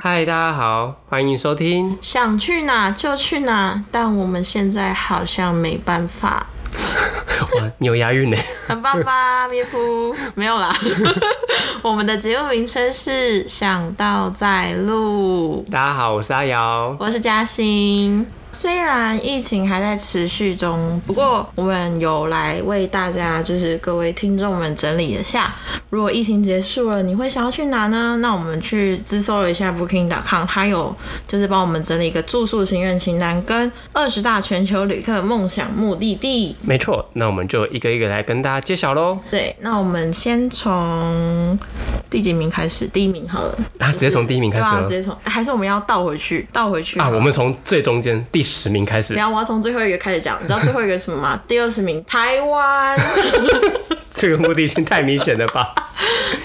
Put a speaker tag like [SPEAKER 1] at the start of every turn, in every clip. [SPEAKER 1] 嗨，大家好，欢迎收听。
[SPEAKER 2] 想去哪就去哪，但我们现在好像没办 法。
[SPEAKER 1] 哇，你有押韵呢。
[SPEAKER 2] 很棒吧，别哭， 没有啦。我们的节目名称是想到再录，
[SPEAKER 1] 大家好，我是阿瑶。
[SPEAKER 2] 我是嘉欣。虽然疫情还在持续中，不过我们有来为大家，就是各位听众们整理一下，如果疫情结束了，你会想要去哪呢？那我们去自搜了一下 Booking.com，它有就是帮我们整理一个住宿心愿清单，跟二十大全球旅客梦想目的地。
[SPEAKER 1] 没错，那我们就一个一个来跟大家揭晓喽。
[SPEAKER 2] 对，那我们先从第几名开始？第一名好了，
[SPEAKER 1] 啊，直接从第一名开
[SPEAKER 2] 对啊，直
[SPEAKER 1] 始
[SPEAKER 2] 接从还是我们要倒回去，倒回去
[SPEAKER 1] 啊，
[SPEAKER 2] 好了
[SPEAKER 1] 我们从最中间第十名开始
[SPEAKER 2] 然。后我要从最后一个开始讲，你知道最后一个是什么吗？ 第二十名，台 湾，
[SPEAKER 1] 这个目的性太明显了 吧？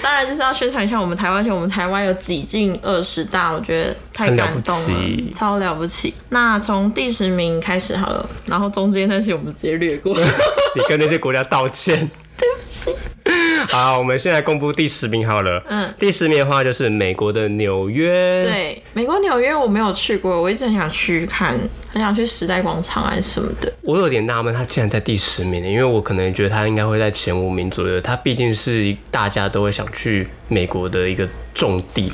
[SPEAKER 2] 当然就是要宣传一下我们台湾，而且我们台湾有挤进二十大，我觉得太
[SPEAKER 1] 很了
[SPEAKER 2] 感
[SPEAKER 1] 不
[SPEAKER 2] 动了，
[SPEAKER 1] 起
[SPEAKER 2] 超了不起。那从第十名开始好了，然后中间那些我们直接略 过。
[SPEAKER 1] 你跟那些国家道歉。对不起。 好，我们现在公布第十名好了。
[SPEAKER 2] 嗯，
[SPEAKER 1] 第十名的话就是美国的纽约。。
[SPEAKER 2] 对，美国纽约我没有去过，我一直很想去看，很想去时代广场还是什么的。
[SPEAKER 1] 我有点纳闷，他竟然在第十名，因为我可能觉得他应该会在前五名左右。他毕竟是大家都会想去美国的一个重地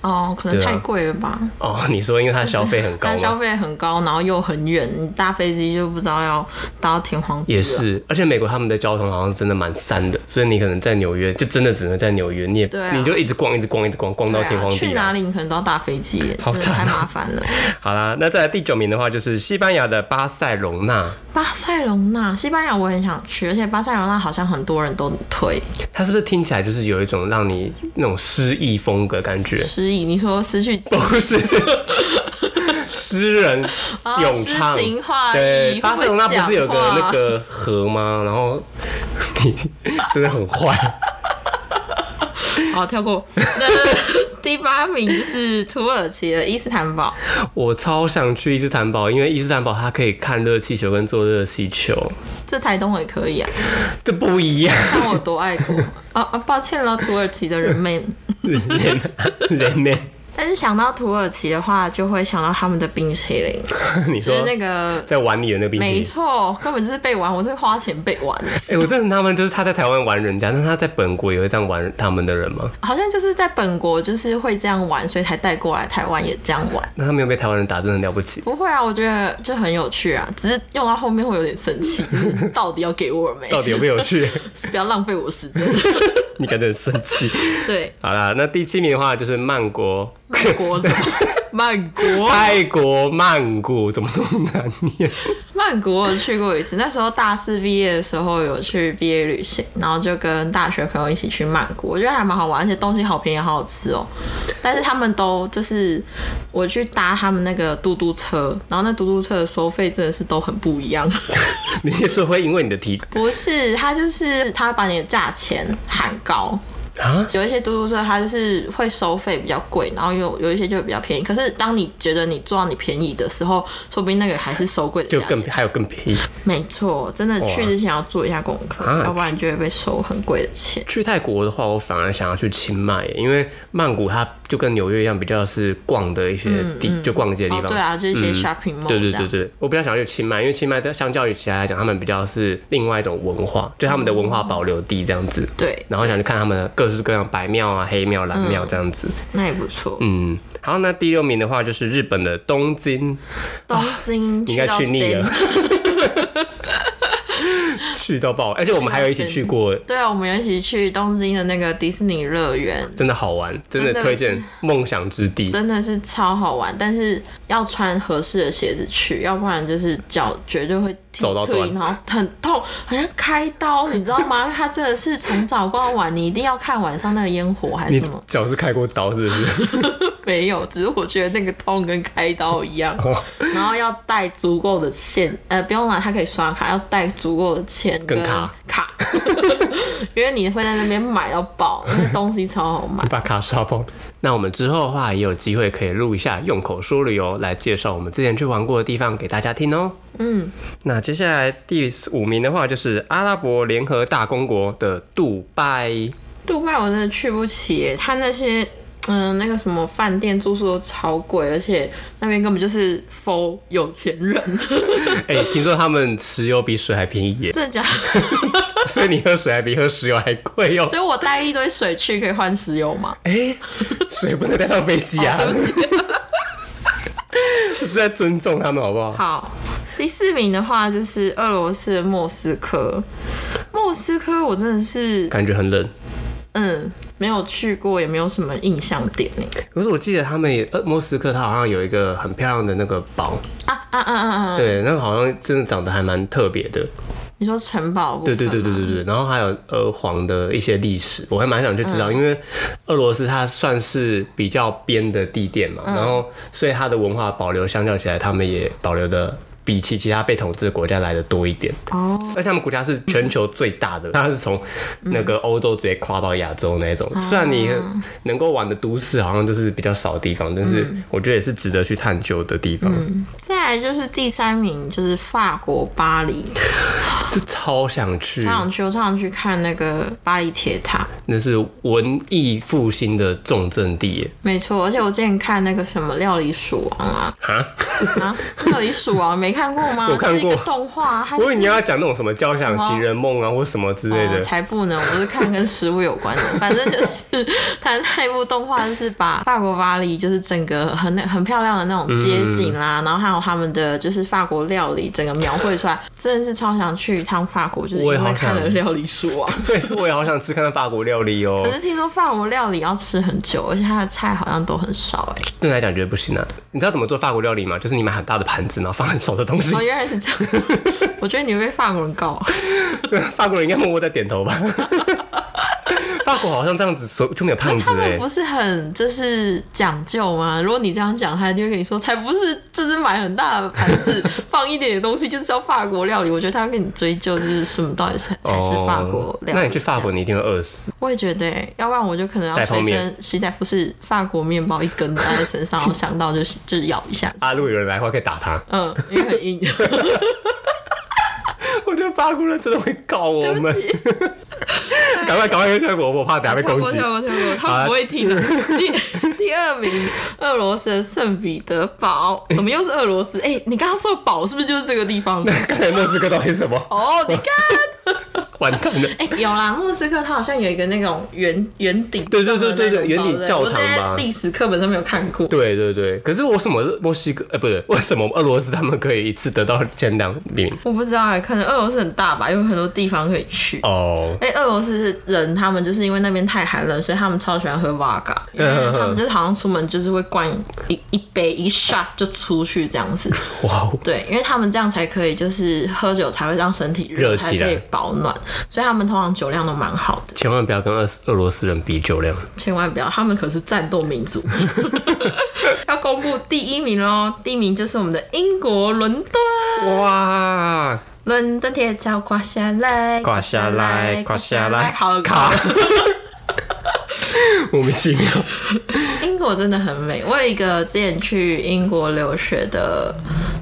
[SPEAKER 2] 哦，可能
[SPEAKER 1] 对啊
[SPEAKER 2] 太贵了吧。
[SPEAKER 1] 哦。 你说，因为他消费很高
[SPEAKER 2] 它消
[SPEAKER 1] 吗？
[SPEAKER 2] 费很高，然后又很远，你搭飞机就不知道要搭到天荒地
[SPEAKER 1] 也
[SPEAKER 2] 老。
[SPEAKER 1] 是，而且美国他们的交通好像真的蛮散的，所以你可能在纽约就真的只能在纽约，你也、
[SPEAKER 2] 对啊
[SPEAKER 1] 你就一直逛，一直逛，一直逛，逛到
[SPEAKER 2] 对
[SPEAKER 1] 天
[SPEAKER 2] 啊，
[SPEAKER 1] 荒
[SPEAKER 2] 去
[SPEAKER 1] 地老。
[SPEAKER 2] 哪里你可能都要搭飞机耶，
[SPEAKER 1] 好
[SPEAKER 2] 真的太
[SPEAKER 1] 惨哦
[SPEAKER 2] 麻烦了。
[SPEAKER 1] 好啦，那再来第九名的话就是西班牙的巴塞隆纳，
[SPEAKER 2] 巴塞隆纳，西班牙我很想去，而且巴塞隆纳好像很多人都推
[SPEAKER 1] 它是不是听起来就是有一种让你那种诗意风格感觉？
[SPEAKER 2] 失忆。你说失去记忆
[SPEAKER 1] 不 是诗人
[SPEAKER 2] 哦
[SPEAKER 1] 咏
[SPEAKER 2] 诗
[SPEAKER 1] 唱，
[SPEAKER 2] 情画
[SPEAKER 1] 对，
[SPEAKER 2] 意，
[SPEAKER 1] 巴塞
[SPEAKER 2] 会
[SPEAKER 1] 隆那不
[SPEAKER 2] 讲
[SPEAKER 1] 是有个
[SPEAKER 2] 话
[SPEAKER 1] 那个河吗？然后你 真的很坏，
[SPEAKER 2] 哦好 跳过。那第八名就是土耳其的伊斯坦堡，
[SPEAKER 1] 我超想去伊斯坦堡，因为伊斯坦堡它可以看热气球跟坐热气球，
[SPEAKER 2] 这台东也可以啊，
[SPEAKER 1] 这不一样。
[SPEAKER 2] 看我多爱 国啊啊！抱歉了，土耳其的人们。
[SPEAKER 1] 人人呢？
[SPEAKER 2] 但是想到土耳其的话，就会想到他们的冰淇淋，
[SPEAKER 1] 你
[SPEAKER 2] 就是
[SPEAKER 1] 说
[SPEAKER 2] 那个，
[SPEAKER 1] 在碗里的那个冰淇
[SPEAKER 2] 没
[SPEAKER 1] 淋？
[SPEAKER 2] 错，根本就是被玩，我是花钱被玩的，
[SPEAKER 1] 哎、我真的他们就是他在台湾玩人家，那他在本国也会这样玩他们的人吗？
[SPEAKER 2] 好像就是在本国就是会这样玩，所以才带过来台湾也这样玩。
[SPEAKER 1] 那他没有被台湾人打，真的很了不起。
[SPEAKER 2] 不会啊，我觉得就很有趣啊，只是用到后面会有点生气，就是到底要给我没？
[SPEAKER 1] 到底有没有趣？
[SPEAKER 2] 是不要浪费我时间。
[SPEAKER 1] 你感觉很生气。
[SPEAKER 2] 对，
[SPEAKER 1] 好啦，那第七名的话就是曼国，
[SPEAKER 2] 曼国怎么？曼国，
[SPEAKER 1] 泰国曼谷怎么那么难念？
[SPEAKER 2] 曼谷我有去过一次，那时候大四毕业的时候有去毕业旅行，然后就跟大学朋友一起去曼谷，我觉得还蛮好玩，而且东西好便宜，好好吃哦。但是他们都就是我去搭他们那个嘟嘟车，然后那嘟嘟车的收费真的是都很不一样。
[SPEAKER 1] 你是说会因为你的题
[SPEAKER 2] 不是，他就是他把你的价钱喊高，
[SPEAKER 1] 啊？
[SPEAKER 2] 有一些嘟嘟车它就是会收费比较贵，然后有有一些就比较便宜。可是当你觉得你坐到你便宜的时候，说不定那个还是收贵的
[SPEAKER 1] 就
[SPEAKER 2] 价
[SPEAKER 1] 更
[SPEAKER 2] 钱。
[SPEAKER 1] 还有更便宜。
[SPEAKER 2] 没错，真的去之前要做一下功课
[SPEAKER 1] 啊，
[SPEAKER 2] 要不然你就会被收很贵的钱。
[SPEAKER 1] 去泰国的话，我反而想要去清迈，因为曼谷它就跟纽约一样，比较是逛的一些地，就逛街的地
[SPEAKER 2] 哦，
[SPEAKER 1] 方。嗯
[SPEAKER 2] 对啊，就是一些 shopping mall
[SPEAKER 1] 对对
[SPEAKER 2] 这样。
[SPEAKER 1] 对对，我比较想要去清迈，因为清迈它相较于其他来讲，他们比较是另外一种文化，就他们的文化保留地这样子。
[SPEAKER 2] 对
[SPEAKER 1] 然后想去看他们的各式各样白庙啊、黑庙、蓝
[SPEAKER 2] 嗯
[SPEAKER 1] 庙这样子。
[SPEAKER 2] 那也不错。
[SPEAKER 1] 嗯，好，那第六名的话就是日本的东京，
[SPEAKER 2] 东京
[SPEAKER 1] 你应该
[SPEAKER 2] 到
[SPEAKER 1] 去腻了
[SPEAKER 2] San-
[SPEAKER 1] 去到爆，而且我们还有一起去过，
[SPEAKER 2] 对啊，我们有一起去东京的那个迪士尼乐园，
[SPEAKER 1] 真的好玩，真的
[SPEAKER 2] 真的
[SPEAKER 1] 推荐
[SPEAKER 2] 是
[SPEAKER 1] 《梦想之地》。
[SPEAKER 2] 真的是超好玩，但是要穿合适的鞋子去，要不然就是脚绝对会踢
[SPEAKER 1] 走到
[SPEAKER 2] 退，
[SPEAKER 1] 断
[SPEAKER 2] 然后很痛，好像开刀，你知道吗？ 它真的是从早逛到晚，你一定要看晚上那个烟火还是
[SPEAKER 1] 你
[SPEAKER 2] 什么？
[SPEAKER 1] 脚是开过刀是不是？
[SPEAKER 2] 没有，只是我觉得那个痛跟开刀一 样
[SPEAKER 1] 哦，
[SPEAKER 2] 然后要带足够的钱，呃，不用啦，它可以刷卡，要带足够的钱
[SPEAKER 1] 跟
[SPEAKER 2] 跟
[SPEAKER 1] 卡
[SPEAKER 2] 卡 因为你会在那边买到爆，那东西超好买。
[SPEAKER 1] 把卡刷爆。那我们之后的话也有机会可以录一下用口说旅游，来介绍我们之前去玩过的地方给大家听哦。
[SPEAKER 2] 嗯，
[SPEAKER 1] 那接下来第五名的话就是阿拉伯联合大公国的杜拜，
[SPEAKER 2] 杜拜我真的去不起耶，它那些嗯，那个什么饭店住宿都超贵，而且那边根本就是否有钱人，
[SPEAKER 1] 哎、听说他们石油比水还便宜耶，
[SPEAKER 2] 真的假的？
[SPEAKER 1] 所以你喝水还比喝石油还贵 哦。
[SPEAKER 2] 所以我带一堆水去可以换石油吗？
[SPEAKER 1] 哎、水不能带上飞机啊！
[SPEAKER 2] 哦对不起。
[SPEAKER 1] 是在尊重他们好不好？
[SPEAKER 2] 好，第四名的话就是俄罗斯的莫斯科。莫斯科我真的是
[SPEAKER 1] 感觉很冷，
[SPEAKER 2] 嗯没有去过，也没有什么印象点呢。
[SPEAKER 1] 可是我记得他们也，呃，莫斯科它好像有一个很漂亮的那个堡，
[SPEAKER 2] 啊啊啊啊啊！
[SPEAKER 1] 对，那个好像真的长得还蛮特别的。
[SPEAKER 2] 你说城堡部
[SPEAKER 1] 对
[SPEAKER 2] 分
[SPEAKER 1] 对对对
[SPEAKER 2] 吗
[SPEAKER 1] 对对，然后还有俄皇的一些历史，我还蛮想去知道，
[SPEAKER 2] 嗯
[SPEAKER 1] 因为俄罗斯它算是比较边的地点嘛，
[SPEAKER 2] 嗯
[SPEAKER 1] 然后所以它的文化保留相较起来，他们也保留的。比起其他被统治的国家来的多一点，
[SPEAKER 2] 哦，
[SPEAKER 1] 而且他们国家是全球最大的，它是从那个欧洲直接跨到亚洲那一
[SPEAKER 2] 嗯
[SPEAKER 1] 种。虽然你能够玩的都市好像就是比较少的地方，但
[SPEAKER 2] 嗯
[SPEAKER 1] 是我觉得也是值得去探究的地方，
[SPEAKER 2] 再来就是第三名就是法国巴黎，
[SPEAKER 1] 是超想去
[SPEAKER 2] 超，想去，我超想去看那个巴黎铁塔。
[SPEAKER 1] 那是文艺复兴的重镇地耶。
[SPEAKER 2] 没错，而且我之前看那个什么《料理鼠王》啊，
[SPEAKER 1] 啊，
[SPEAKER 2] 啊，《料理鼠王》没看过吗？
[SPEAKER 1] 我看过
[SPEAKER 2] 这是一个动画，它
[SPEAKER 1] 我以为你
[SPEAKER 2] 啊是
[SPEAKER 1] 要讲那种什么交响情人梦啊，或什么之类
[SPEAKER 2] 哦，
[SPEAKER 1] 的。
[SPEAKER 2] 才不呢！我是看跟食物有关的， 反正就是它那一部动画就是把法国巴黎就是整个很很漂亮的那种街景啦，
[SPEAKER 1] 嗯
[SPEAKER 2] 然后还有他们的就是法国料理整个描绘出来，真的是超想去一趟法国，就是因
[SPEAKER 1] 我也好
[SPEAKER 2] 为
[SPEAKER 1] 想哦
[SPEAKER 2] 看了料理书啊。
[SPEAKER 1] 对，我也好想吃看看法国料理哦
[SPEAKER 2] 可。是听说法国料理要吃很久，而且它的菜好像都很少哎、欸。
[SPEAKER 1] 对你来讲觉得不行啊。你知道怎么做法国料理吗？就是你买很大的盘子，然后放很熟的东西
[SPEAKER 2] 哦，。原来是 这样。我觉得你会被法国人告，
[SPEAKER 1] 法国人应该默默在点头 吧。法国好像这样子所就没有胖子
[SPEAKER 2] 他
[SPEAKER 1] 哎、
[SPEAKER 2] 们不是很就是讲究吗？如果你这样讲，他就会跟你说，才不是，就是买很大的盘 子放一点点东西，就是要法国料理。我觉得他会跟你追究，就是什么到底才才是法国料理。
[SPEAKER 1] 哦那你去法国，你一定会饿死。
[SPEAKER 2] 我也觉得、欸，要不然我就可能
[SPEAKER 1] 带
[SPEAKER 2] 要
[SPEAKER 1] 泡
[SPEAKER 2] 随
[SPEAKER 1] 面
[SPEAKER 2] 身携带，不是法国面包一根带 在身上，我想到就是就是咬一下，
[SPEAKER 1] 啊，如果有人来的话，可以打他。
[SPEAKER 2] 嗯，因为很硬。
[SPEAKER 1] 我觉得法国人真的会告 我
[SPEAKER 2] 对不
[SPEAKER 1] 们，
[SPEAKER 2] 起。啊
[SPEAKER 1] 赶快赶快跳过，我怕等下被
[SPEAKER 2] 跳
[SPEAKER 1] 攻
[SPEAKER 2] 过
[SPEAKER 1] 击。
[SPEAKER 2] 跳过跳过，
[SPEAKER 1] 好啊
[SPEAKER 2] 他不会听的。第第二名，俄罗斯的圣彼得堡，怎么又是俄罗斯？哎、你刚刚说的堡是不是就是这个地 方？
[SPEAKER 1] 刚才莫斯科到底是什 么？
[SPEAKER 2] 哦，你看，
[SPEAKER 1] 完蛋了！
[SPEAKER 2] 哎、有啦，莫斯科它好像有一个那种圆圆顶
[SPEAKER 1] 对
[SPEAKER 2] 上
[SPEAKER 1] 对
[SPEAKER 2] 的那种堡，
[SPEAKER 1] 对对对圆顶
[SPEAKER 2] 不
[SPEAKER 1] 教堂
[SPEAKER 2] 我
[SPEAKER 1] 吧
[SPEAKER 2] 在历史课本上面有看过。
[SPEAKER 1] 对对对，可是为什么墨西哥？呃，不对，为什么俄罗斯他们可以一次得到前两名？
[SPEAKER 2] 我不知道哎、可能俄罗斯很大吧，有很多地方可以去。
[SPEAKER 1] 哦，
[SPEAKER 2] 哎、俄罗斯人他们就是因为那边太寒冷，所以他们超喜欢喝 vodka，因为 他们就是好像出门就是会灌一一杯一 shot 就出去这样子。
[SPEAKER 1] 哇哦，
[SPEAKER 2] 对，因为他们这样才可以，就是喝酒才会让身体
[SPEAKER 1] 热
[SPEAKER 2] 才
[SPEAKER 1] 起来
[SPEAKER 2] 可以保暖，所以他们通常酒量都蛮好的。
[SPEAKER 1] 千万不要跟俄俄罗斯人比酒量。
[SPEAKER 2] 千万不要，他们可是战斗民族。 要公布第一名喽，第一名就是我们的英国伦敦，
[SPEAKER 1] 哇，
[SPEAKER 2] 伦敦铁桥垮下来，
[SPEAKER 1] 垮下来，垮下来，哎
[SPEAKER 2] 好
[SPEAKER 1] 卡
[SPEAKER 2] 卡。，
[SPEAKER 1] 莫名其妙。
[SPEAKER 2] 英国真的很美。我有一个之前去英国留学的，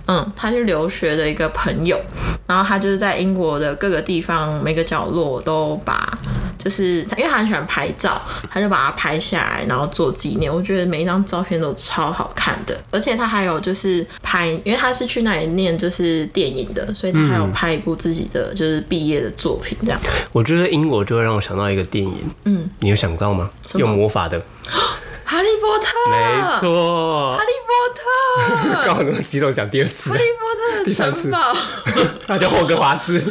[SPEAKER 2] 嗯，他去留学的一个朋友，然后他就是在英国的各个地方每个角落都把，就是他因为他很喜欢拍照，他就把它拍下来，然后做纪念。我觉得每一张照片都超好看的，而且他还有就是拍，因为他是去那里念就是电影的，所以他还有拍一部自己的就是毕业的作品这样。
[SPEAKER 1] 我觉得英国就会让我想到一个电影，嗯，啊你有想到吗？有魔法的，
[SPEAKER 2] 哈利波特，
[SPEAKER 1] 没错
[SPEAKER 2] 哈。利波特，
[SPEAKER 1] 刚好那么激动讲第二次
[SPEAKER 2] 哈，利波特
[SPEAKER 1] 第
[SPEAKER 2] 的
[SPEAKER 1] 三次
[SPEAKER 2] 城 堡。
[SPEAKER 1] 那叫霍格华兹。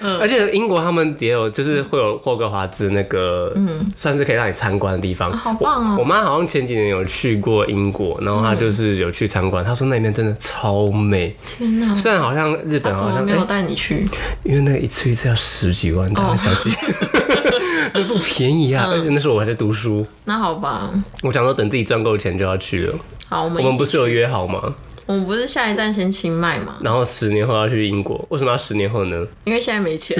[SPEAKER 2] 嗯
[SPEAKER 1] 而且英国他们也有，就是会有霍格华兹那个，算是可以让你参观的地方。
[SPEAKER 2] 好棒嗯哦
[SPEAKER 1] 我我妈好像前几年有去过英国，然后她就是有去参观，她说那边真的超美。
[SPEAKER 2] 天哪！
[SPEAKER 1] 虽然好像日
[SPEAKER 2] 他
[SPEAKER 1] 本
[SPEAKER 2] 怎
[SPEAKER 1] 好
[SPEAKER 2] 么
[SPEAKER 1] 像，
[SPEAKER 2] 没
[SPEAKER 1] 哎
[SPEAKER 2] 有带你去？
[SPEAKER 1] 因为那一次一次要十几万的
[SPEAKER 2] 哦嗯
[SPEAKER 1] 小 姐，那不便宜啊！而且那时候我还在读书，
[SPEAKER 2] 那好吧，
[SPEAKER 1] 我想说等自己赚够钱就要去了。
[SPEAKER 2] 好，我
[SPEAKER 1] 我
[SPEAKER 2] 们
[SPEAKER 1] 们不
[SPEAKER 2] 一起
[SPEAKER 1] 是有约好吗？
[SPEAKER 2] 我们不是下一站先清迈吗？
[SPEAKER 1] 然后十年后要去英国，为什么要十年后呢？
[SPEAKER 2] 因为现在没钱。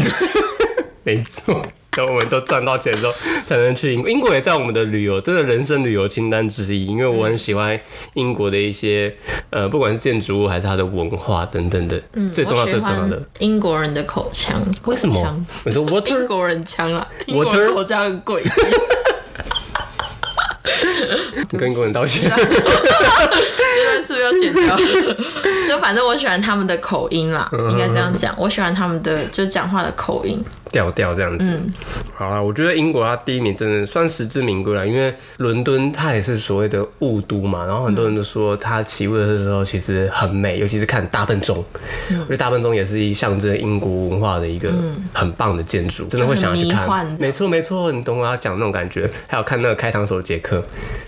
[SPEAKER 1] 没错，等我们都赚到钱之后，才能去英国。英国也在我们的旅游，真的人生旅游清单之一。因为我很喜欢英国的一些，呃，不管是建筑物还是它的文化等等的。嗯， 最重要
[SPEAKER 2] 我喜
[SPEAKER 1] 最重要
[SPEAKER 2] 欢
[SPEAKER 1] 的，
[SPEAKER 2] 英国人的口腔，
[SPEAKER 1] 为什
[SPEAKER 2] 口
[SPEAKER 1] 么
[SPEAKER 2] 腔？
[SPEAKER 1] 你说
[SPEAKER 2] 英 啊
[SPEAKER 1] water？
[SPEAKER 2] 国人腔啦，英国人
[SPEAKER 1] Water？
[SPEAKER 2] 口腔很贵。
[SPEAKER 1] 你跟英国人道歉。
[SPEAKER 2] 这段是不是要剪掉？ 就反正我喜欢他们的口音啦，
[SPEAKER 1] 嗯
[SPEAKER 2] 应该这样讲。我喜欢他们的就讲话的口音。
[SPEAKER 1] 调调这样子。
[SPEAKER 2] 嗯
[SPEAKER 1] 好啦，我觉得英国它第一名真的算实至名归了，因为伦敦它也是所谓的雾都嘛，然后很多人都说它起雾的时候其实很美，
[SPEAKER 2] 嗯
[SPEAKER 1] 尤其是看大笨钟，我觉得大笨钟也是一象征英国文化的一个很棒的建筑，真的会想要去
[SPEAKER 2] 嗯就很迷幻
[SPEAKER 1] 看。没错没错，你懂我要讲那种感觉。还有看那个开膛手杰克，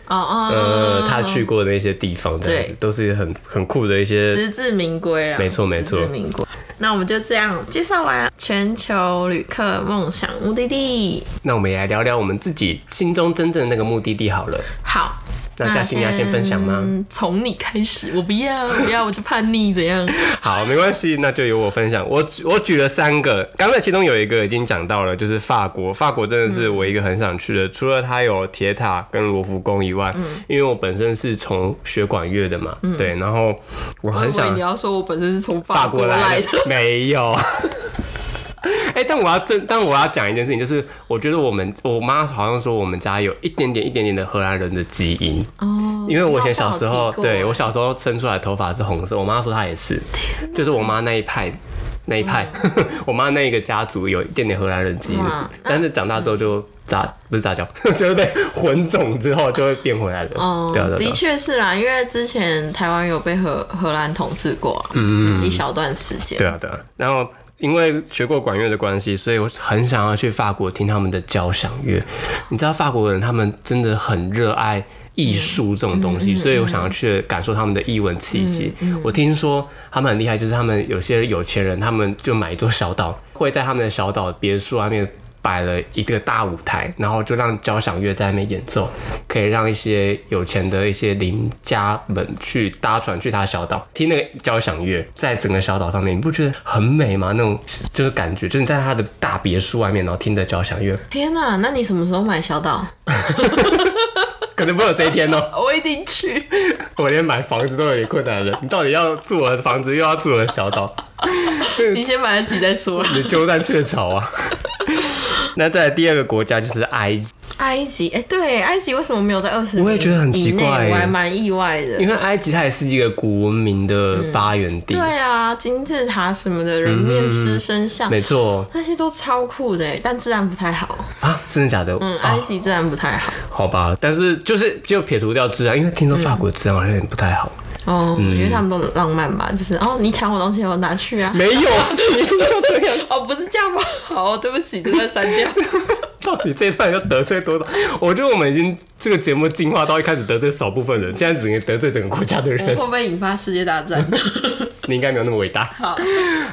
[SPEAKER 2] 哦哦，
[SPEAKER 1] 呃，他去过的一些地方，这样子
[SPEAKER 2] 对
[SPEAKER 1] 都是很很酷的一些
[SPEAKER 2] 实至名归啦，
[SPEAKER 1] 没错没错
[SPEAKER 2] 实至名归。那我们就这样介绍完全球旅客梦想目的地。
[SPEAKER 1] 那我们也来聊聊我们自己心中真正的那个目的地好了。
[SPEAKER 2] 好，
[SPEAKER 1] 那嘉欣你要先分享吗？
[SPEAKER 2] 嗯从你开始，我不要， 不要，我就叛逆，怎样？
[SPEAKER 1] 好，没关系，那就由我分享。我我举了三个，刚才其中有一个已经讲到了，就是法国。法国真的是我一个很想
[SPEAKER 2] 嗯
[SPEAKER 1] 去的，除了它有铁塔跟罗浮宫以外，因为我本身是从学管乐的嘛，对，然后我很
[SPEAKER 2] 嗯我以为
[SPEAKER 1] 想
[SPEAKER 2] 你要说我本身是从
[SPEAKER 1] 法
[SPEAKER 2] 法
[SPEAKER 1] 国
[SPEAKER 2] 来
[SPEAKER 1] 来 的，没有。 哎、但我要正，但我要讲一件事情，就是我觉得我们我妈好像说我们家有一点点一点点的荷兰人的基因，
[SPEAKER 2] 哦，
[SPEAKER 1] 因为我以前小时
[SPEAKER 2] 那我
[SPEAKER 1] 候
[SPEAKER 2] 好奇，过
[SPEAKER 1] 对我小时候生出来头发是红色，我妈说她也是，就是我妈那一派。那一派， 我妈那一个家族有一点点荷兰人基因
[SPEAKER 2] 嗯哇，嗯
[SPEAKER 1] 但是长大之后就杂不是杂交， 就是被混种之后就会变回来的。
[SPEAKER 2] 哦
[SPEAKER 1] 对啊，对啊对
[SPEAKER 2] 的
[SPEAKER 1] 啊，
[SPEAKER 2] 确是啦，因为之前台湾有被荷荷兰统治过、啊，嗯一小段时间。
[SPEAKER 1] 对啊，对啊。然后因为学过管乐的关系，所以我很想要去法国听他们的交响乐。你知道法国人他们真的很热爱艺术这种东西，所以我想要去感受他们的艺文气息。我听说他们很厉害，就是他们有些有钱人，他们就买一座小岛，会在他们的小岛别墅外面。摆了一个大舞台，然后就让交响乐在那边演奏，可以让一些有钱的一些邻家们去搭船去他的小岛听那个交响乐，在整个小岛上面，你不觉得很美吗？那种就是感觉，就是你在他的大别墅外面，然后听着交响乐，
[SPEAKER 2] 天哪、那你什么时候买小岛？
[SPEAKER 1] 可能不会有这一天哦、
[SPEAKER 2] 我一定去。
[SPEAKER 1] 我连买房子都有点困难了，你到底要住我的房子，又要住我的小岛，
[SPEAKER 2] 你先买得起再说啦。
[SPEAKER 1] 你鸠占鹊巢啊！那再来第二个国家就是埃及，
[SPEAKER 2] 埃及，哎、对，埃及为什么没有在二十？
[SPEAKER 1] 我也觉得很奇怪耶
[SPEAKER 2] 我还蛮意外的
[SPEAKER 1] 因。为埃及它也是一个古文明的发源地，
[SPEAKER 2] 对啊，金字塔什么的，人面狮身像，
[SPEAKER 1] 没错哦
[SPEAKER 2] 那些都超酷的耶，但治安不太好。
[SPEAKER 1] 啊，真的假的？
[SPEAKER 2] 嗯，
[SPEAKER 1] 啊
[SPEAKER 2] 埃及治安不太好。
[SPEAKER 1] 好吧，但是就是就撇除掉治安，因为听说法国治安好像有点不太好。
[SPEAKER 2] 哦，因为他们都很浪漫吧，就是哦，你抢我东西，我拿去 啊。
[SPEAKER 1] 没有，
[SPEAKER 2] 哦，不是这样吧？ 好，对不起，这段删掉。
[SPEAKER 1] 到底这一段要得罪多少？我觉得我们已经这个节目进化到一开始得罪少部分人，现在只能得罪整个国家的
[SPEAKER 2] 我会
[SPEAKER 1] 人。
[SPEAKER 2] 不会引发世界大战？
[SPEAKER 1] 你应该没有那么伟大。
[SPEAKER 2] 好，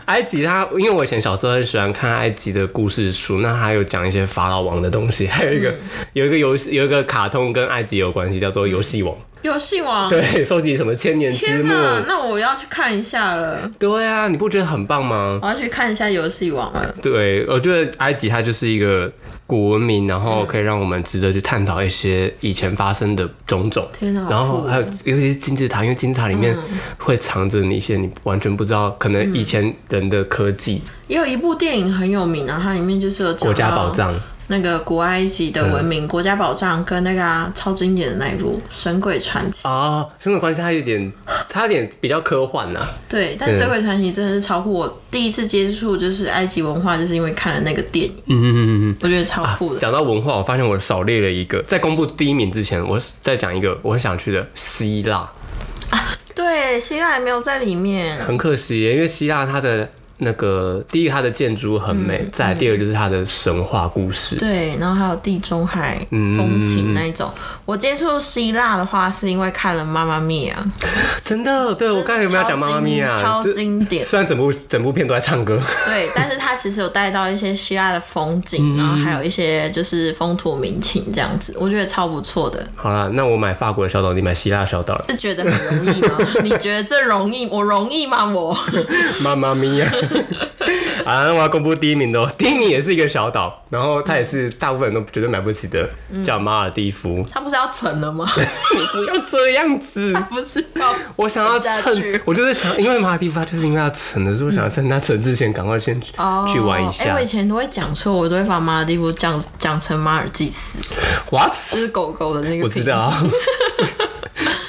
[SPEAKER 1] 埃及它，因为我以前小时候很喜欢看埃及的故事书，那还有讲一些法老王的东西， 还有一
[SPEAKER 2] 嗯
[SPEAKER 1] 个、有一个游戏有一个卡通跟埃及有关系，叫做《游戏王》。
[SPEAKER 2] 游戏王。
[SPEAKER 1] 对，收集什么千年之
[SPEAKER 2] 嗯天
[SPEAKER 1] 木。
[SPEAKER 2] 哪，那我要去看一下了，
[SPEAKER 1] 对啊，你不觉得很棒吗？
[SPEAKER 2] 我要去看一下游戏王了。
[SPEAKER 1] 对，我觉得埃及它就是一个古文明，然后可以让我们值得去探讨一些以前发生的种种。
[SPEAKER 2] 天哪好
[SPEAKER 1] 然后
[SPEAKER 2] 酷哦嗯
[SPEAKER 1] 还有尤其是金字塔，因为金字塔里面会藏着你一些你完全不知道，可能以前人的科技、
[SPEAKER 2] 也有一部电影很有名啊，它里面就是有
[SPEAKER 1] 国
[SPEAKER 2] 国
[SPEAKER 1] 家宝藏。
[SPEAKER 2] 那个古埃及的文明、国家宝藏跟那个、啊、超经典的那一部《神鬼传奇》。
[SPEAKER 1] 哦，生活关系它有点，它有点比较科幻啊呐、
[SPEAKER 2] 对，但《神鬼传奇》真的是超乎我第一次接触，就是埃及文化，就是因为看了那个电影，
[SPEAKER 1] 嗯嗯嗯嗯。
[SPEAKER 2] 我觉得超酷的。
[SPEAKER 1] 讲到文化，我发现我少列了一个。在公布第一名之前，我再讲一个我很想去的希腊，
[SPEAKER 2] 对，希腊也没有在里面。
[SPEAKER 1] 很可惜耶，因为希腊它的那个第一，它的建筑很美；
[SPEAKER 2] 嗯
[SPEAKER 1] 再来第二，就是它的神话故 事。
[SPEAKER 2] 对，然后还有地中海风情那一
[SPEAKER 1] 嗯
[SPEAKER 2] 种。我接触希腊的话，是因为看了《妈妈咪呀》，
[SPEAKER 1] 真的，对我刚才有没有讲妈妈咪呀？
[SPEAKER 2] 超
[SPEAKER 1] 这
[SPEAKER 2] 经典。
[SPEAKER 1] 虽然整部整部片都在唱歌，
[SPEAKER 2] 对，但是它其实有带到一些希腊的风
[SPEAKER 1] 嗯
[SPEAKER 2] 景，然后还有一些就是风土民情这样子，我觉得超不错的。
[SPEAKER 1] 好啦，那我买法国的小岛，你买希腊的小 岛了。
[SPEAKER 2] 是觉得很 容易吗？你觉得这容易？我容易吗？我
[SPEAKER 1] 妈妈咪呀！啊，我要公布第一名的哦， 第一名也是一个小岛，然后它也是大部分人都绝对买不起的，
[SPEAKER 2] 嗯
[SPEAKER 1] 叫马尔蒂夫。
[SPEAKER 2] 他不是要沉了吗？
[SPEAKER 1] 不要这样 子，
[SPEAKER 2] 不是要
[SPEAKER 1] 我想要
[SPEAKER 2] 下
[SPEAKER 1] 趁
[SPEAKER 2] 去，
[SPEAKER 1] 我就是想，因为马尔蒂夫它就是因为它沉了，所以我想要趁它沉之前赶快先去
[SPEAKER 2] 哦
[SPEAKER 1] 去玩一
[SPEAKER 2] 哎、
[SPEAKER 1] 下
[SPEAKER 2] 我以。前都会讲错，我都会把马尔蒂夫讲讲成马尔济斯，
[SPEAKER 1] What？
[SPEAKER 2] 就是狗狗的那个
[SPEAKER 1] 我知
[SPEAKER 2] 品种。
[SPEAKER 1] 道 啊，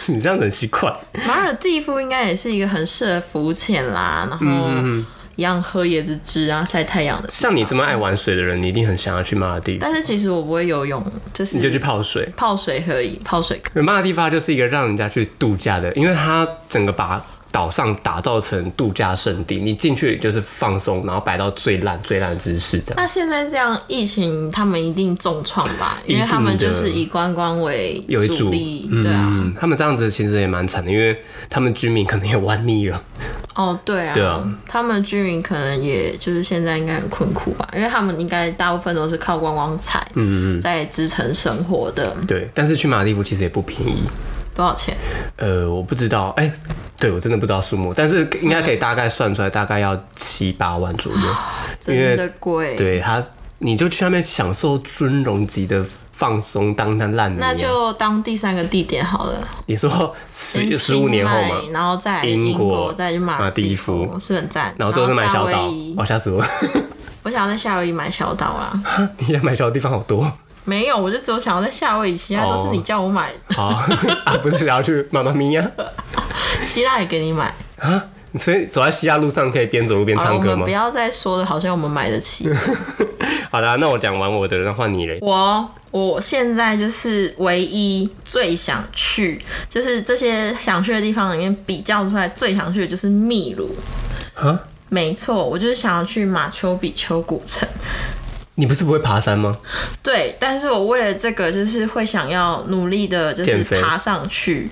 [SPEAKER 1] 你这样子很奇怪。
[SPEAKER 2] 马尔蒂夫应该也是一个很适合浮潜啦，
[SPEAKER 1] 嗯
[SPEAKER 2] 然后一样喝椰子汁啊、晒太阳的。
[SPEAKER 1] 像你这么爱玩水的人，你一定很想要去马尔蒂夫，
[SPEAKER 2] 但是其实我不会游泳，就是
[SPEAKER 1] 你就去泡水。
[SPEAKER 2] 泡水可以，泡水可以。
[SPEAKER 1] 马尔蒂夫它就是一个让人家去度假的，因为它整个把岛上打造成度假胜地，你进去就是放松，然后摆到最烂最烂姿势这样。
[SPEAKER 2] 那现在这样疫情，他们一定重创吧？因为他们就是以观光为
[SPEAKER 1] 有一
[SPEAKER 2] 主
[SPEAKER 1] 组
[SPEAKER 2] 力，对啊，
[SPEAKER 1] 嗯，他们这样子其实也蛮惨的，因为他们居民可能也玩腻了。
[SPEAKER 2] 哦，对啊，
[SPEAKER 1] 对啊
[SPEAKER 2] 他们居民可能也就是现在应该很困苦吧，因为他们应该大部分都是靠观光财，嗯嗯，在支撑生活的，
[SPEAKER 1] 对，但是去马尔蒂夫其实也不便宜。
[SPEAKER 2] 多少钱？
[SPEAKER 1] 呃，我不知道，哎、对我真的不知道数目，但是应该可以大概算出来，大概要七八万左右。因为
[SPEAKER 2] 真的贵，
[SPEAKER 1] 对他，你就去那边享受尊荣级的放松，当当烂泥啊。
[SPEAKER 2] 那就当第三个地点好了，
[SPEAKER 1] 你说十
[SPEAKER 2] 先
[SPEAKER 1] 十五年后嘛，
[SPEAKER 2] 清迈然后再来
[SPEAKER 1] 英
[SPEAKER 2] 英
[SPEAKER 1] 国
[SPEAKER 2] 再去马
[SPEAKER 1] 马
[SPEAKER 2] 尔
[SPEAKER 1] 尔
[SPEAKER 2] 蒂
[SPEAKER 1] 蒂夫
[SPEAKER 2] 夫，是很赞。
[SPEAKER 1] 然后最后是买
[SPEAKER 2] 夏
[SPEAKER 1] 小
[SPEAKER 2] 威
[SPEAKER 1] 岛，
[SPEAKER 2] 夷，
[SPEAKER 1] 哦，吓死我！
[SPEAKER 2] 我想要在夏威夷买小岛啦，
[SPEAKER 1] 你想买小的地方好多，
[SPEAKER 2] 没有，我就只有想要在夏威夷，其他都
[SPEAKER 1] 哦
[SPEAKER 2] 是你叫我买，
[SPEAKER 1] 好 啊，不是想要去妈妈咪呀、
[SPEAKER 2] 希腊也给你买。
[SPEAKER 1] 啊？所以走在西亚路上可以边走路边
[SPEAKER 2] 好了，
[SPEAKER 1] 唱
[SPEAKER 2] 哦我
[SPEAKER 1] 歌
[SPEAKER 2] 们
[SPEAKER 1] 吗
[SPEAKER 2] 不？要再说了，好像我们买得起。
[SPEAKER 1] 好啦，那我讲完我的，那换你嘞。
[SPEAKER 2] 我我现在就是唯一最想去，就是这些想去的地方里面比较出来最想去的就是秘鲁。
[SPEAKER 1] 啊，
[SPEAKER 2] 没错，我就是想要去马丘比丘古城。
[SPEAKER 1] 你不是不会爬山吗？
[SPEAKER 2] 对，但是我为了这个，就是会想要努力的，就是
[SPEAKER 1] 减肥
[SPEAKER 2] 爬上去。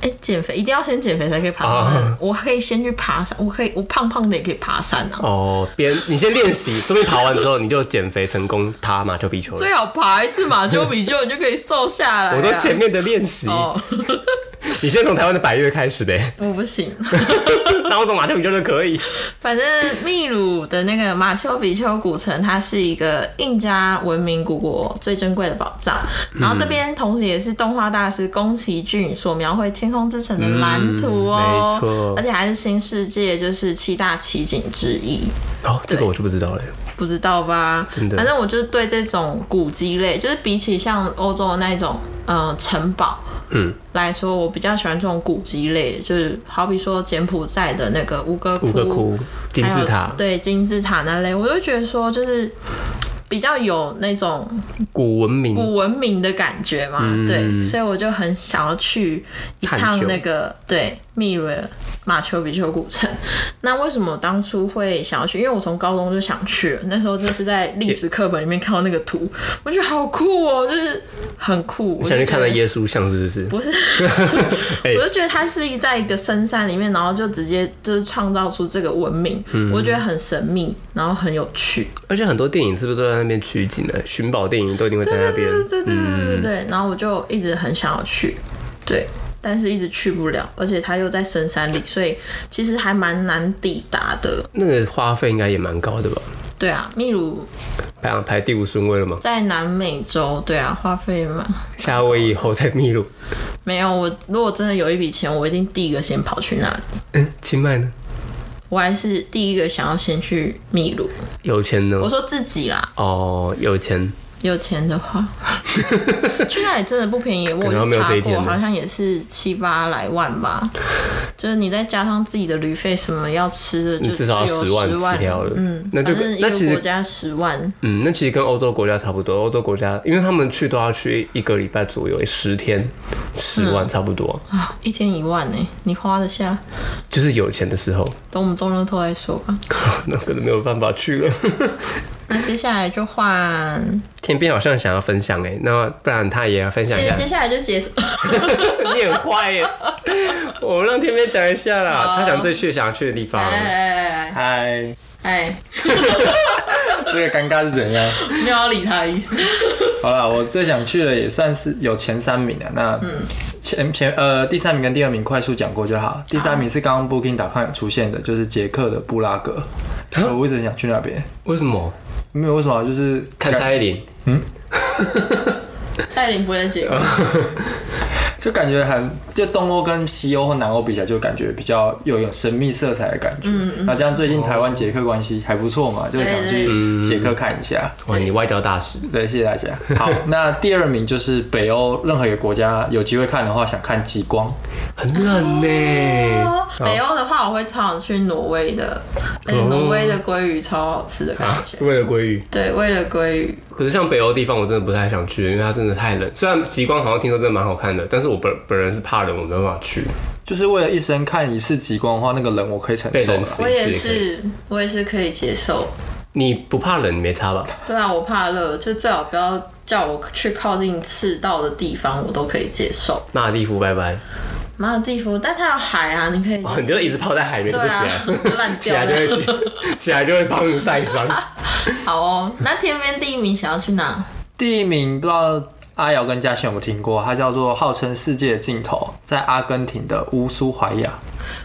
[SPEAKER 2] 哎，减肥一定要先减肥才可以爬山。
[SPEAKER 1] 啊
[SPEAKER 2] 我可以先去爬山，我可以，我胖胖的也可以爬山啊。
[SPEAKER 1] 哦，边你先练 习，说不定爬完之后你就减肥成功，爬马丘比丘了。
[SPEAKER 2] 最好爬一次马丘比丘，你就可以瘦下来啊、
[SPEAKER 1] 我说前面的练习，
[SPEAKER 2] 哦，
[SPEAKER 1] 你先从台湾的百越开始 呗，
[SPEAKER 2] 我不行。
[SPEAKER 1] 然后走马丘比丘就可以。
[SPEAKER 2] 反正秘鲁的那个马丘比丘古城，它是一个印加文明古国最珍贵的宝藏。
[SPEAKER 1] 嗯
[SPEAKER 2] 然后这边同时也是动画大师宫崎骏所描绘天空之城的蓝图哦，
[SPEAKER 1] 嗯没错
[SPEAKER 2] 而且还是新世界就是七大奇景之一。
[SPEAKER 1] 哦，这个我就不知道了。
[SPEAKER 2] 不知道吧？
[SPEAKER 1] 真的
[SPEAKER 2] 反正我就是对这种古迹类，就是比起像欧洲的那一种，呃，城堡，
[SPEAKER 1] 嗯，
[SPEAKER 2] 来说，我比较喜欢这种古迹类，就是好比说柬埔寨的那个吴哥
[SPEAKER 1] 五个窟、金字
[SPEAKER 2] 还
[SPEAKER 1] 塔
[SPEAKER 2] 有、对金字塔那类，我就觉得说就是比较有那种
[SPEAKER 1] 古文明，
[SPEAKER 2] 古文明的感觉嘛，对，所以我就很想要去一
[SPEAKER 1] 探
[SPEAKER 2] 趟
[SPEAKER 1] 究
[SPEAKER 2] 那个对秘鲁的马丘比丘古城。那为什么当初会想要去？因为我从高中就想去了，那时候就是在历史课本里面看到那个图，我觉得好酷哦，就是很酷。我
[SPEAKER 1] 想去
[SPEAKER 2] 就觉
[SPEAKER 1] 看
[SPEAKER 2] 得
[SPEAKER 1] 看耶稣像是不是？
[SPEAKER 2] 不是，
[SPEAKER 1] 哎
[SPEAKER 2] 我就觉得它是在一个深山里面，然后就直接就是创造出这个文明，我觉得很神秘，然后很有趣。
[SPEAKER 1] 而且很多电影是不是都在那边取景的？寻宝电影都一定会在那边。
[SPEAKER 2] 对对对对对对。然后我就一直很想要去，对，但是一直去不了，而且它又在深山里，所以其实还蛮难抵达的。
[SPEAKER 1] 那个花费应该也蛮高的吧？
[SPEAKER 2] 对啊，秘鲁
[SPEAKER 1] 排行排第五顺位了吗？
[SPEAKER 2] 在南美洲，对啊，花费嘛
[SPEAKER 1] 夏威夷后在 秘鲁，
[SPEAKER 2] 没有。我如果真的有一笔钱，我一定第一个先跑去那里。
[SPEAKER 1] 嗯，清迈呢？
[SPEAKER 2] 我还是第一个想要先去秘鲁。
[SPEAKER 1] 有钱呢
[SPEAKER 2] 我？说自己啦，
[SPEAKER 1] 哦，有钱，
[SPEAKER 2] 有钱 的话，去那里真的不便宜。我
[SPEAKER 1] 能
[SPEAKER 2] 有
[SPEAKER 1] 没有这
[SPEAKER 2] 查
[SPEAKER 1] 一天
[SPEAKER 2] 过，
[SPEAKER 1] 了
[SPEAKER 2] 好像也是七八来万吧。就是你再加上自己的旅费什么要吃的，就
[SPEAKER 1] 至少要
[SPEAKER 2] 就有
[SPEAKER 1] 十
[SPEAKER 2] 十
[SPEAKER 1] 万
[SPEAKER 2] 万
[SPEAKER 1] 起跳了
[SPEAKER 2] 嗯，
[SPEAKER 1] 那就
[SPEAKER 2] 反正一
[SPEAKER 1] 那
[SPEAKER 2] 个
[SPEAKER 1] 其实
[SPEAKER 2] 国家十万，
[SPEAKER 1] 嗯，那其实跟欧洲国家差不多。欧洲国家，因为他们去都要去一个礼拜左右，十天，
[SPEAKER 2] 嗯
[SPEAKER 1] 十万差不多，
[SPEAKER 2] 啊一天一万呢、你花得下？
[SPEAKER 1] 就是有钱的时候，
[SPEAKER 2] 等我们中乐透再说吧。
[SPEAKER 1] 那可能没有办法去了。
[SPEAKER 2] 那接下来就换，
[SPEAKER 1] 天边好像想要分享哎、那不然他也要分享
[SPEAKER 2] 其
[SPEAKER 1] 一
[SPEAKER 2] 实
[SPEAKER 1] 下
[SPEAKER 2] 接。下来就结束。
[SPEAKER 1] 你很坏 耶、我让天边讲一下啦，他讲最去想要去的地方
[SPEAKER 2] 来。来来来来，
[SPEAKER 3] 嗨，
[SPEAKER 2] 哎，
[SPEAKER 3] 这个尴尬是怎样？
[SPEAKER 2] 没有要理他的意思。
[SPEAKER 3] 好啦，我最想去的也算是有前三名啊。那前前呃第三名跟第二名快速讲过就好。第三名是刚刚 Booking.com 有出现的，就是捷克的布拉格，我一直很想去那边。
[SPEAKER 1] 为什么？
[SPEAKER 3] 没有为什么啊，就是
[SPEAKER 1] 看
[SPEAKER 3] 感
[SPEAKER 1] 蔡依林，
[SPEAKER 2] 蔡依林不会结婚，
[SPEAKER 3] 就感觉很，就东欧跟西欧或南欧比起来，就感觉比较又有神秘色彩的感觉。然后加上最近台湾捷克关系还不错嘛，就想去捷克看一下。
[SPEAKER 1] 哇，你外交大使，
[SPEAKER 3] 对，谢谢大家。好，那第二名就是北欧任何一个国家有机会看的话，想看极光。
[SPEAKER 1] 很冷呢、
[SPEAKER 2] 哦北欧的话，我会超想去挪威的，
[SPEAKER 1] 哦
[SPEAKER 2] 而且挪威的鲑鱼超好吃的感觉。
[SPEAKER 1] 为了鲑鱼，
[SPEAKER 2] 对，为了鲑鱼，
[SPEAKER 1] 可是像北欧地方我真的不太想去，因为它真的太冷。虽然极光好像听说真的蛮好看的，但是我本本人是怕冷，我没办法去。
[SPEAKER 3] 就是为了一生看一次极光的话，那个冷我可以承
[SPEAKER 1] 被
[SPEAKER 3] 受
[SPEAKER 1] 冷
[SPEAKER 3] 了。
[SPEAKER 1] 死
[SPEAKER 2] 我
[SPEAKER 1] 一
[SPEAKER 2] 也
[SPEAKER 1] 次可以。
[SPEAKER 2] 是，我也是可以接受。
[SPEAKER 1] 你不怕冷，你没差吧？
[SPEAKER 2] 不然我怕热，就最好不要叫我去靠近赤道的地方，我都可以接受。
[SPEAKER 1] 马尔蒂夫拜拜，
[SPEAKER 2] 马尔蒂夫，但它有海啊，你可以。
[SPEAKER 1] 哦你就一直泡在海绵
[SPEAKER 2] 对
[SPEAKER 1] 不起
[SPEAKER 2] 啊
[SPEAKER 1] 来，，
[SPEAKER 2] 烂
[SPEAKER 1] 起
[SPEAKER 2] 掉
[SPEAKER 1] 来就会
[SPEAKER 2] 了。
[SPEAKER 1] 起，起来就会帮你晒伤。
[SPEAKER 2] 好哦，那天边第一名想要去哪？
[SPEAKER 3] 第一名不知道阿瑶跟嘉欣有没有听过，它叫做号称世界的尽头，在阿根廷的乌苏怀亚。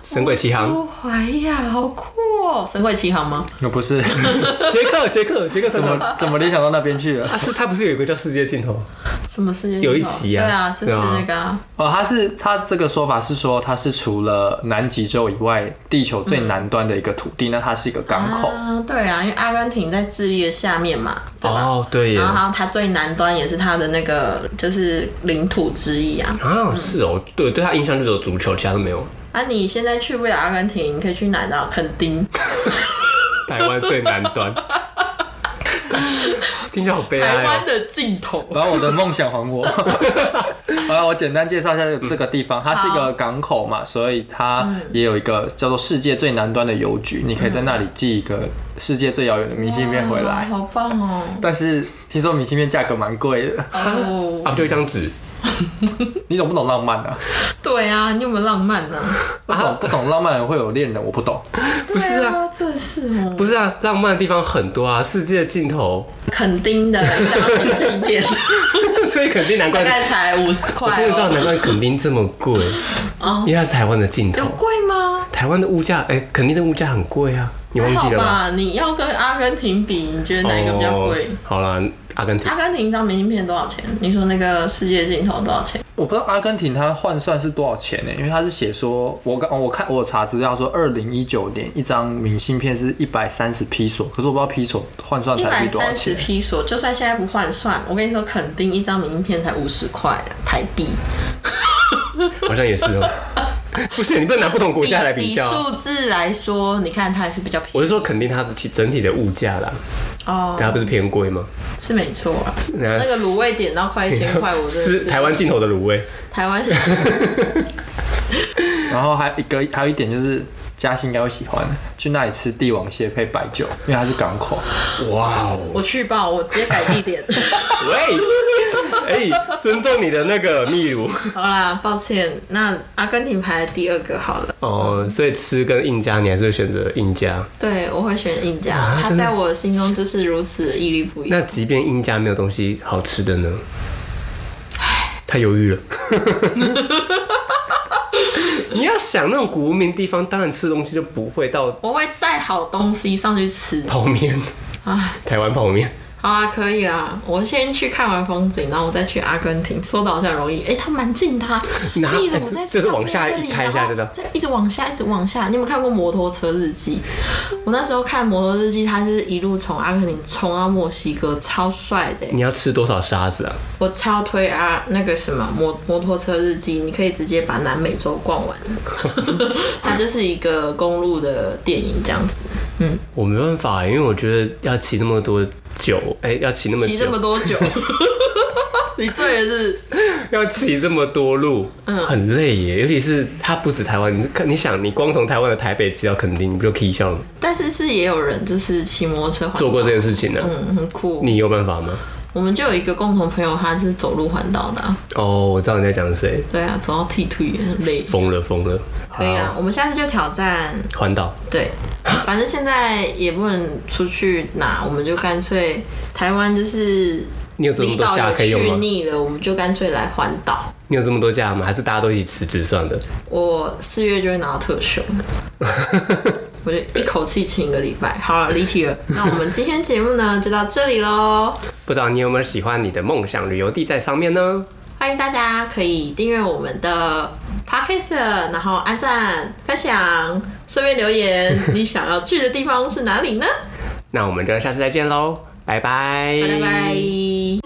[SPEAKER 1] 神鬼奇航，
[SPEAKER 2] 苏哦怀亚，好酷哦！神鬼奇航吗？
[SPEAKER 3] 又不是
[SPEAKER 1] 杰克，杰克，杰克什
[SPEAKER 3] 怎
[SPEAKER 1] 么？
[SPEAKER 3] 么怎么联想到那边去了？
[SPEAKER 1] 啊，是他不是有一个叫世界尽头？
[SPEAKER 2] 什么世界？
[SPEAKER 1] 有一集啊
[SPEAKER 2] 对啊，就是
[SPEAKER 1] 对啊
[SPEAKER 2] 那个啊。
[SPEAKER 3] 哦，它是它这个说法是说，它是除了南极洲以外，地球最南端的一个土地，那它是一个港口。
[SPEAKER 2] 啊，对啊，因为阿根廷在智利的下面嘛，对吧？啊
[SPEAKER 1] 哦，对耶。
[SPEAKER 2] 然后还有它最南端也是它的那个就是领土之一啊。
[SPEAKER 1] 啊，是哦，对，对他印象就只有足球，其他都没有。
[SPEAKER 2] 啊，你现在去不了阿根廷，你可以去哪呢？垦丁，
[SPEAKER 1] 台湾最南端， 听起来好悲哀哦。
[SPEAKER 2] 的尽头。
[SPEAKER 3] 把我的梦想还我。 好了，我简单介绍一下这这个地方，它是一个港口嘛，所以它也有一个叫做世界最南端的邮局，你可以在那里寄一个世界最遥远的明信片回来。
[SPEAKER 2] 好棒哦！
[SPEAKER 3] 但是听说明信片价格蛮贵的，
[SPEAKER 2] 哦，
[SPEAKER 1] 啊，就一张纸，
[SPEAKER 3] 你怎么不懂浪漫啊？
[SPEAKER 2] 对啊，你有没有浪漫呢、啊？
[SPEAKER 3] 为什么不懂浪漫的人会有恋人？我不懂。
[SPEAKER 1] 不是
[SPEAKER 2] 对
[SPEAKER 1] 啊，
[SPEAKER 2] 啊，这是哦，
[SPEAKER 1] 不是啊，浪漫的地方很多啊，世界的尽头，
[SPEAKER 2] 垦丁的家庭祭奠，
[SPEAKER 1] 所以肯定难
[SPEAKER 2] 大
[SPEAKER 1] 怪，
[SPEAKER 2] 概才五十
[SPEAKER 1] 我
[SPEAKER 2] 块
[SPEAKER 1] 真的知道
[SPEAKER 2] 哦，
[SPEAKER 1] 难怪垦丁这么贵，因为它是台湾的尽
[SPEAKER 2] 有
[SPEAKER 1] 头，
[SPEAKER 2] 贵吗？
[SPEAKER 1] 台湾的物价，哎，垦丁的物价很贵啊，你忘记
[SPEAKER 2] 还
[SPEAKER 1] 了吗？
[SPEAKER 2] 好吧，你要跟阿根廷比，你觉得哪一个比较贵？
[SPEAKER 1] 哦好啦，阿根廷
[SPEAKER 2] 阿根廷一张明信片多少钱？你说那个世界尽头多少钱？
[SPEAKER 3] 我不知道阿根廷它换算是多少钱呢、因为它是写说，我刚我看我有查资料说，二零一九年一张明信片是一百三十披索，可是我不知道披索换算
[SPEAKER 2] 一
[SPEAKER 3] 台
[SPEAKER 2] 百
[SPEAKER 3] 币多少
[SPEAKER 2] 三十
[SPEAKER 3] 钱。
[SPEAKER 2] 披索，就算现在不换算，我跟你说，肯定一张明信片才五十块台币。
[SPEAKER 1] 好像也是 哦，不是你不能拿不同国家来比较啊。
[SPEAKER 2] 数字来说，你看它还是比较便宜。
[SPEAKER 1] 我是说，肯定它的其整体的物价啦，
[SPEAKER 2] 哦，
[SPEAKER 1] 它不是偏贵吗？
[SPEAKER 2] 是没错啊。
[SPEAKER 1] 那
[SPEAKER 2] 那个卤味点到快一千块，我真的
[SPEAKER 1] 呃是
[SPEAKER 2] 是
[SPEAKER 1] 台湾进口的卤味，
[SPEAKER 2] 台湾
[SPEAKER 3] 然后还有一个还有一点就是，嘉欣应该会喜欢去那里吃帝王蟹配白酒，因为它是港口。
[SPEAKER 1] 哇哦！
[SPEAKER 2] 我去吧，我直接改地点。
[SPEAKER 1] 喂，哎、尊重你的那个秘鲁
[SPEAKER 2] 好啦，抱歉，那阿根廷排第二个好了。
[SPEAKER 1] 哦，所以吃跟印加，你还是会选择印加。
[SPEAKER 2] 对，我会选印加，它
[SPEAKER 1] 啊真的
[SPEAKER 2] 在我心中就是如此的屹立不摇
[SPEAKER 1] 那。即便印加没有东西好吃的呢？太犹 豫了。你要想那种古文明地方，当然吃东西就不会到
[SPEAKER 2] 我会带好东西上去吃。
[SPEAKER 1] 泡面，
[SPEAKER 2] 唉，
[SPEAKER 1] 台湾泡面。
[SPEAKER 2] 啊好啊，可以啦。我先去看完风景，然后我再去阿根廷。说的好像容易，哎、它蛮近的啊。
[SPEAKER 1] 哪
[SPEAKER 2] 例如我在
[SPEAKER 1] 就是往下
[SPEAKER 2] 上面这
[SPEAKER 1] 一
[SPEAKER 2] 里
[SPEAKER 1] 开一下
[SPEAKER 2] 然后
[SPEAKER 1] 就到
[SPEAKER 2] 再一直往下，一直往下。你有没有看过《摩托车日记》？我那时候看《摩托日记》，它就是一路从阿根廷冲到墨西哥，超帅的欸、
[SPEAKER 1] 你要吃多少沙子啊？
[SPEAKER 2] 我超推啊，那个什么摩摩托车日记，你可以直接把南美洲 逛完。它就是一个公路的电影这样子，
[SPEAKER 1] 我没办法，因为我觉得要骑那么多酒，哎、要骑那么
[SPEAKER 2] 骑这么
[SPEAKER 1] 久，
[SPEAKER 2] 多久， 你醉了是？
[SPEAKER 1] 要骑这么多路，
[SPEAKER 2] 嗯
[SPEAKER 1] 很累耶。尤其是它不止台湾，你看，你想，你光从台湾的台北骑到垦丁，你不就可以笑了吗？
[SPEAKER 2] 但是是也有人就是骑摩托车环岛
[SPEAKER 1] 做过这件事情呢、
[SPEAKER 2] 嗯，很酷。
[SPEAKER 1] 你有办法吗？
[SPEAKER 2] 我们就有一个共同朋友，他是走路环岛的啊、
[SPEAKER 1] 哦，我知道你在讲谁，
[SPEAKER 2] 对啊，走到剃腿也很累。
[SPEAKER 1] 疯了疯了，
[SPEAKER 2] 可以啊，我们下次就挑战。
[SPEAKER 1] 好，环岛
[SPEAKER 2] 对，反正现在也不能出去哪，我们就干脆台湾就是
[SPEAKER 1] 你有这么
[SPEAKER 2] 离
[SPEAKER 1] 多
[SPEAKER 2] 岛
[SPEAKER 1] 假
[SPEAKER 2] 有
[SPEAKER 1] 可以
[SPEAKER 2] 去
[SPEAKER 1] 用吗？
[SPEAKER 2] 腻了，我们就干脆来环岛。
[SPEAKER 1] 你有这么多假吗？还是大家都一起辞职算的？
[SPEAKER 2] 我四月就会拿到 特休，我就一口气请一个礼拜。好了，离题了。那我们今天节目呢就到这里喽，
[SPEAKER 1] 不知道你有没有喜欢你的梦想旅游地在上面呢？
[SPEAKER 2] 欢迎大家可以订阅我们的 podcast，然后按赞、分享，顺便留言你想要去的地方是哪里呢？
[SPEAKER 1] 那我们就下次再见喽，拜拜，
[SPEAKER 2] 拜拜。